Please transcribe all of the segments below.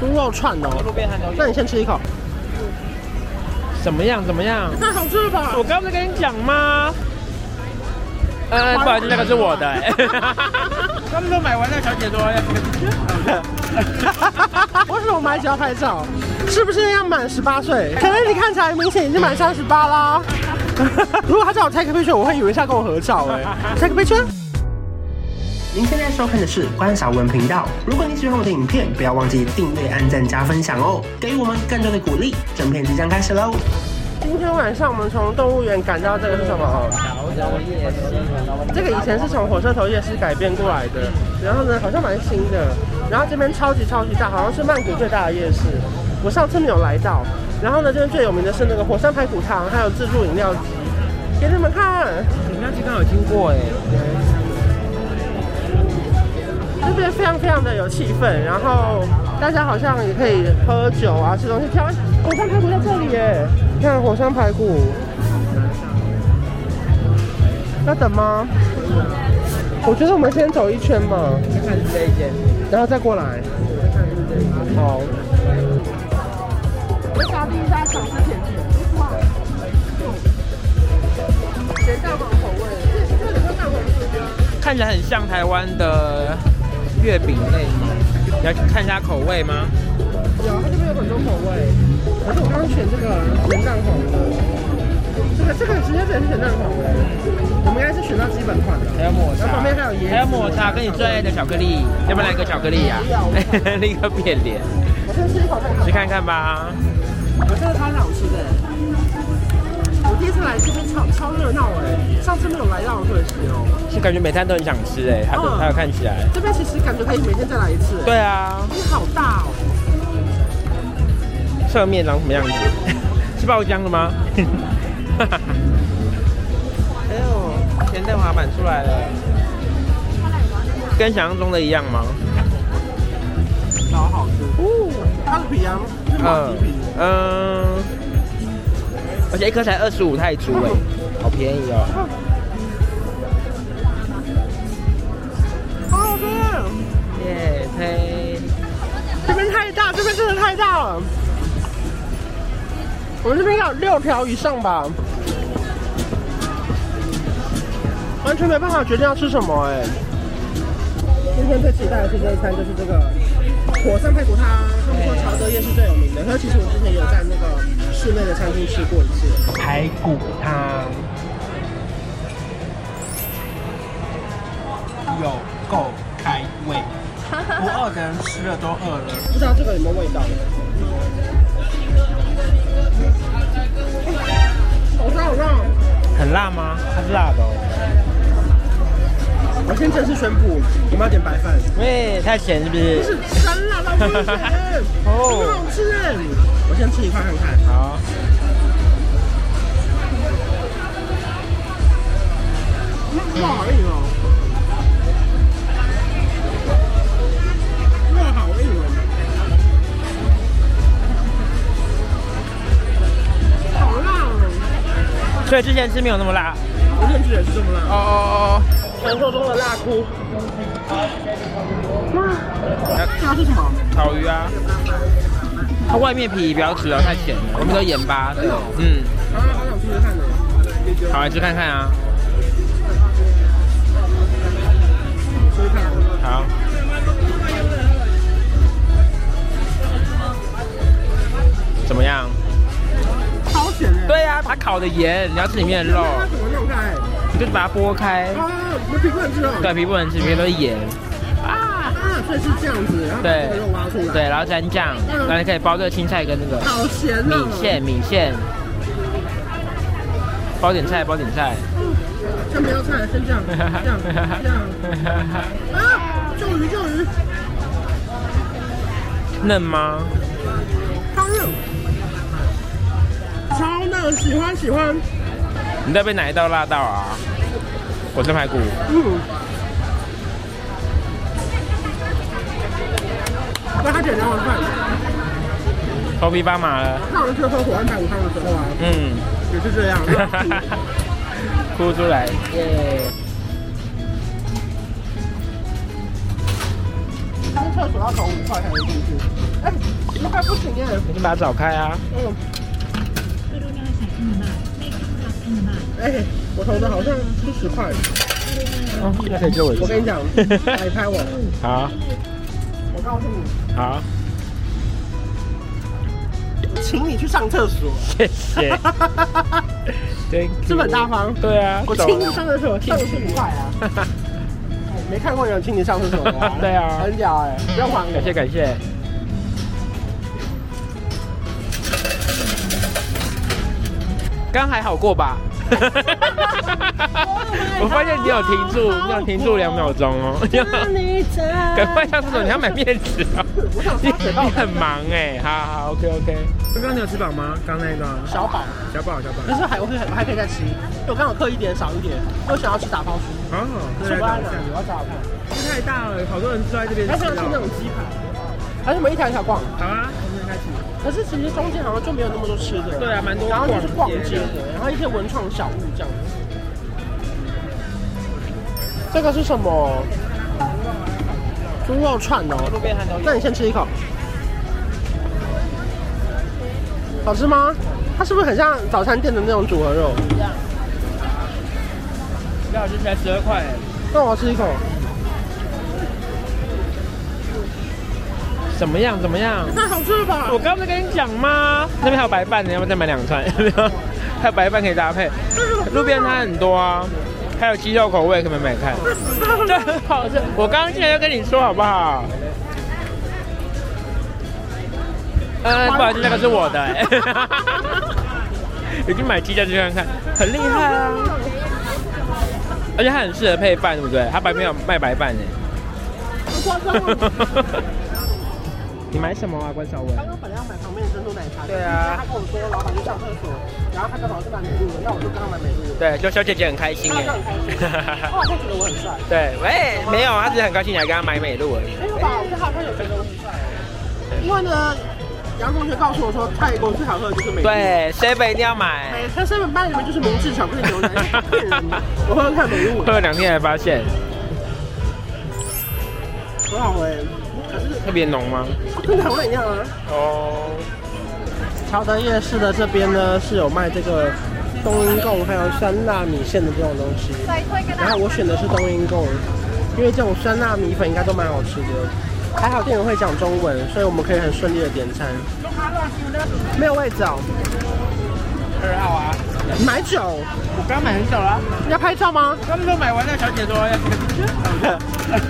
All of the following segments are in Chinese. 猪肉串的、哦。路边摊都那有你。先吃一口， 怎么样？怎么样？太好吃了吧我？刚不是跟你讲吗？呃，不好意思，那个是我的、哎他们说买完那小姐说为什么我们还只要拍照？是不是要满十八岁？可能你看起来明显已经满三十八啦。 如果他叫我 take a picture，我会以为是要跟我合照哎、take a picture。您现在收看的是关少文频道。如果你喜欢我的影片，不要忘记订阅、按赞、加分享哦，给予我们更多的鼓励。整片即将开始喽。今天晚上我们从动物园赶到这个是什么？这个以前是从火车头夜市改编过来的，然后呢好像蛮新的，然后这边超级超级大，好像是曼谷最大的夜市，我上次没有来到。然后呢，这边最有名的是那个火山排骨汤，还有自助饮料机，给你们看。 你那鸡刚有听过哎、这边非常非常的有气氛，然后大家好像也可以喝酒啊、吃东西。挑火山排骨在这里耶，你看火山排骨，要等吗？我觉得我们先走一圈吧，先看这一间，然后再过来。好，我想第一家想吃甜品，哇，咸蛋黄口味，这这里有蛋黄酥吗？看起来很像台湾的月饼类吗？你要看一下口味吗？有，啊它这边有很多口味，而且我刚刚选这个咸蛋黄的，这个这个直接选咸蛋黄的，我们应该是选到基本款的。还有抹然后旁边还有椰子还有抹茶跟你最爱的巧克力，要不要来个巧克力呀、啊？ 立刻变脸，我先吃一口再看去。看看吧。我真的超想吃的。我第一次来这边超超热闹哎，上次没有来到，很可惜哦。是感觉每摊都很想吃哎、还有、嗯还有看起来。这边其实感觉可以每天再来一次。，对啊，你好大哦。侧面长什么样 子？是爆浆了吗？哎呦，前蛋滑板出来了，跟想象中的一样吗？超好吃。哦，它的皮啊，是马蹄皮。嗯、而且一颗才二十五泰铢哎、好便宜哦、好好吃。耶、嘿，这边太大，这边真的太大了。我们这边应该有六条以上吧，完全没办法决定要吃什么哎、今天最期待的是这一餐，就是这个火山排骨汤。他们说潮州夜市最有名的，可是其实我之前也有在那个室内的餐厅吃过一次。排骨汤有够开胃，不饿的人吃了都饿了。不知道这个有没有味道。好辣好辣！很辣吗？它是辣的哦。我先正式宣布，我们要点白饭。喂，太咸是不是？是酸辣到不行，很好吃哎！我先吃一块看看。好。哇，好硬哦！哇，好硬哦！好辣哦！所以之前吃没有那么辣。我认识也是这么辣，哦哦传说中的辣哭。哇，这个是什么？哦，烤鱼啊。它外面皮不要吃哦，太咸了。我们都盐巴。嗯，啊，好想试试看呢。好来吃看看啊。试试看。好。怎么样？超咸哎！，对啊，它烤的盐，你要吃里面的肉，它怎么弄开？你就把它剥开。啊，我皮很吃哦。对，皮不能吃，里面都是盐。啊，所以是这样子，然后把对这个肉挖出来。对，然后沾酱，然后你可以包这个青菜跟那个。好咸哦！米线，米线，包点菜，包点菜。先不要菜，先这样，这样，这样。啊，救鱼，救鱼， 嫩吗？超嫩，超嫩，喜欢喜欢。你在被哪一道辣到啊？我是排骨，嗯。那他点两碗饭，头皮发麻了。那我就喝火山排骨汤的时候啊， 嗯，也是这样。哭出来。耶、间厕所要从五块才能进去。哎、五块不行哎。你把它找开啊！嗯，くるな写真はメイクが真は哎、我投的好像七十块。哦那可以借我一下。我跟你讲， 来拍我，好，我告诉你，好，请你去上厕所，谢谢，Thank you。à, 是不是很大方？对啊，我懂，请你上厕所，上去五块啊。哎没看过有人请你上厕所的、啊对啊很屌哎、不用还我。感谢感谢。刚还好过吧？我发现你有停住，你有停住两秒钟哦。赶快上厕所，你要买面纸啊！你你很忙哎，好好，OK OK。刚刚你有吃饱吗？刚刚那一段啊小宝，小饱小饱可是还我会我还可以再吃，因为我刚好刻一点少一点，我想要吃打包薯，哦，再吃来不完找一了，我下，要找我看。太大了，好多人坐在这边还吃是要吃那种哦。鸡排，还是我们一条一条逛？好啊，我们现在开始。可是其实中间好像就没有那么多吃的，对啊蛮多然后就是逛逛街街的的，然后一些文创小物这样子。这个是什么？猪肉串哦，边还有那你先吃一口，好吃吗？它是不是很像早餐店的那种组合肉？料金才十二块，欸那我要吃一口，怎么样？怎么样？太好吃了吧我刚不是跟你讲吗？那边还有白饭，你要不要再买两串？ 还有白饭可以搭配，路边摊很多啊，还有鸡肉口味可以买买看。这很好吃，我刚刚进来就跟你说好不好？呃，不好意思，那个是我 的、欸。已经买鸡再去看看，很厉害啊！ 而且它很适合配饭，对不对？它白面有卖白饭呢、你买什么啊，关少文？刚刚本来要买旁边的珍珠奶茶，对啊他跟我说老板去上厕所，然后他刚好是买美露的，那我就跟他买美露的。对，就小姐姐很开心他哎、这样很开心，他好像觉得我很帅。对，喂，没有，他只是很高兴你来跟他买美露而已。没有吧？我是好像有觉得我很帅。因为呢，杨同学告诉我说，泰国最好喝的就是美露。。对，seven 一定要买。美特森本班里面就是明治巧克力牛奶，骗人的！我喝喝看美露喝，了两天才发现，很好哎、可是特别浓吗？跟台湾一样啊。哦，乔德夜市的这边呢是有卖这个冬阴功还有酸辣米线的这种东西，然后我选的是冬阴功，因为这种酸辣米粉应该都蛮好吃的。还好店员会讲中文，所以我们可以很顺利的点餐。没有位置哦，二号啊，你买酒我刚买很久了，要拍照吗？他们说买完那小姐说要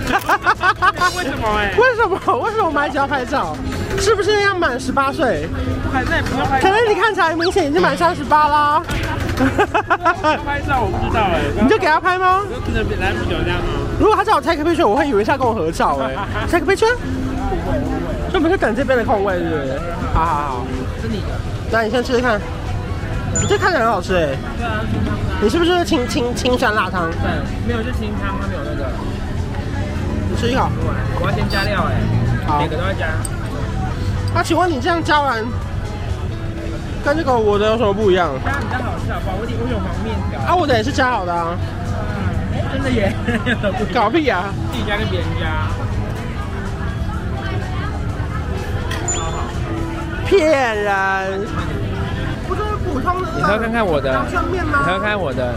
这个，为什么哎、为什么？为什么买酒要拍照？是不是要满十八岁？反正也不用拍可能你看起来明显已经满三十八啦。 拍照，我不知道哎、你就给他拍吗？就可能来不久这样吗？如果他叫我 take a picture，我会以为是要跟我合照 哎、take a picture。所以我们就等这边的空位，是不是？好好好，是你的。那你先吃吃看，你这看起来很好吃哎、对啊，你是不是清清清酸辣汤？对，没有就清汤，它没有那个。你吃一口。我要先加料哎，好每个。都要加。那、啊请问你这样加完，跟这个我的有什么不一样？加比较好吃好不好？我点我有黄面条，啊，我的也是加好的啊，真的耶，不搞屁啊！自己加跟别人加。骗人！不就是普通的？你喝看看我的，阳春面你吗？喝看看我的，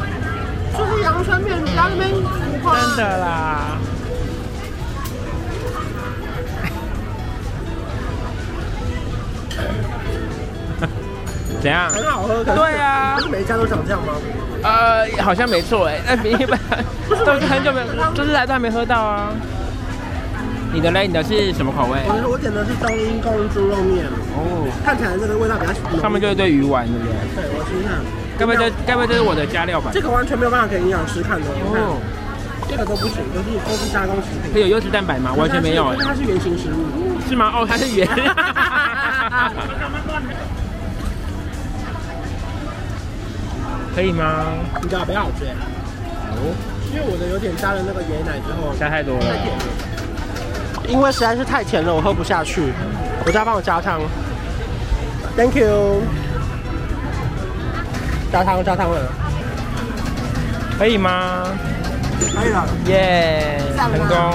就是阳春面，你不要那边浮夸。真的啦。 怎样？很好喝，可是对啊不是每一家都长这样吗？呃，好像没错哎，那比 一般都是很久没，就是来都还没喝到啊。你的嘞？你的是什么口味？我我点的是冬阴功猪肉面，哦，看起来这个味道比较浓。上面就是一堆鱼丸，对不对？对，我吃一下，该不会这该不会这是我的加料吧？这个完全没有办法给营养师看的，你看、哦，这个都不行，都是都是加工食它品。有优质蛋白吗？完全没有 因为哎，它是原型食物。是吗？哦，它是圆。 可以吗？你知道不要好吃、欸，哦，因为我的有点加了那个椰奶之后加太多太了。甜了，因为实在是太甜了，我喝不下去。我家帮我加汤，Thank you。加汤加汤了，可以吗？哎可以了。耶，成功。哦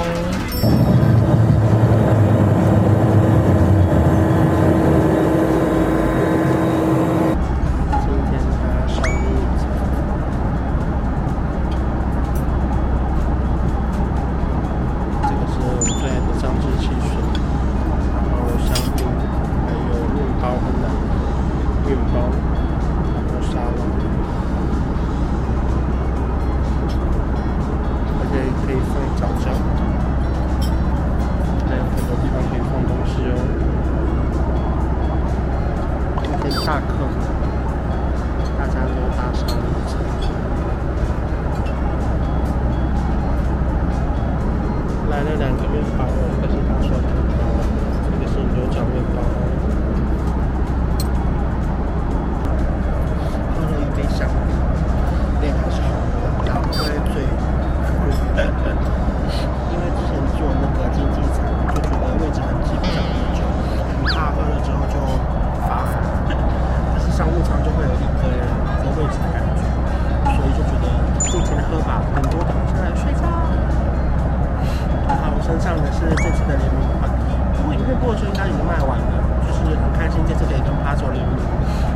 货车应该已经卖完了，就是很开心这次可以跟八九零零，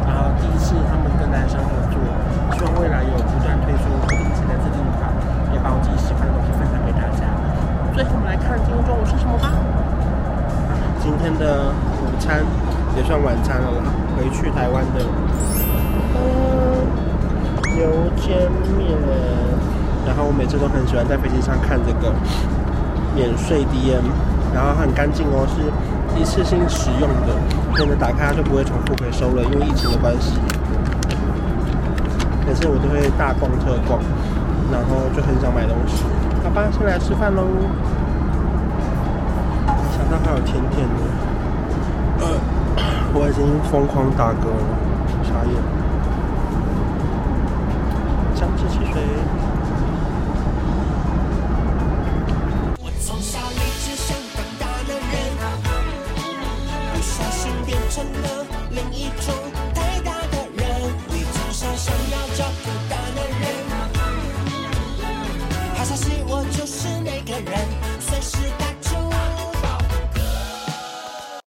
然后第一次他们跟男生合作，希望未来有不断推出不定期的自定款，也把我自己喜欢的东西分享给大家。最后我们来看今天中午吃什么吧。今天的午餐也算晚餐了啦，回去台湾的。呃油煎面，然后我每次都很喜欢在飞机上看这个免税 DM，然后很干净哦，是一次性使用的，所以呢打开它就不会重复回收了，因为疫情的关系。每次我都会大逛特逛，然后就很想买东西。好吧，先来吃饭喽。想到还有甜甜的，呃，我已经疯狂打嗝了，傻眼。姜汁汽水。我从小一直想当大男人，不小心变成了另一种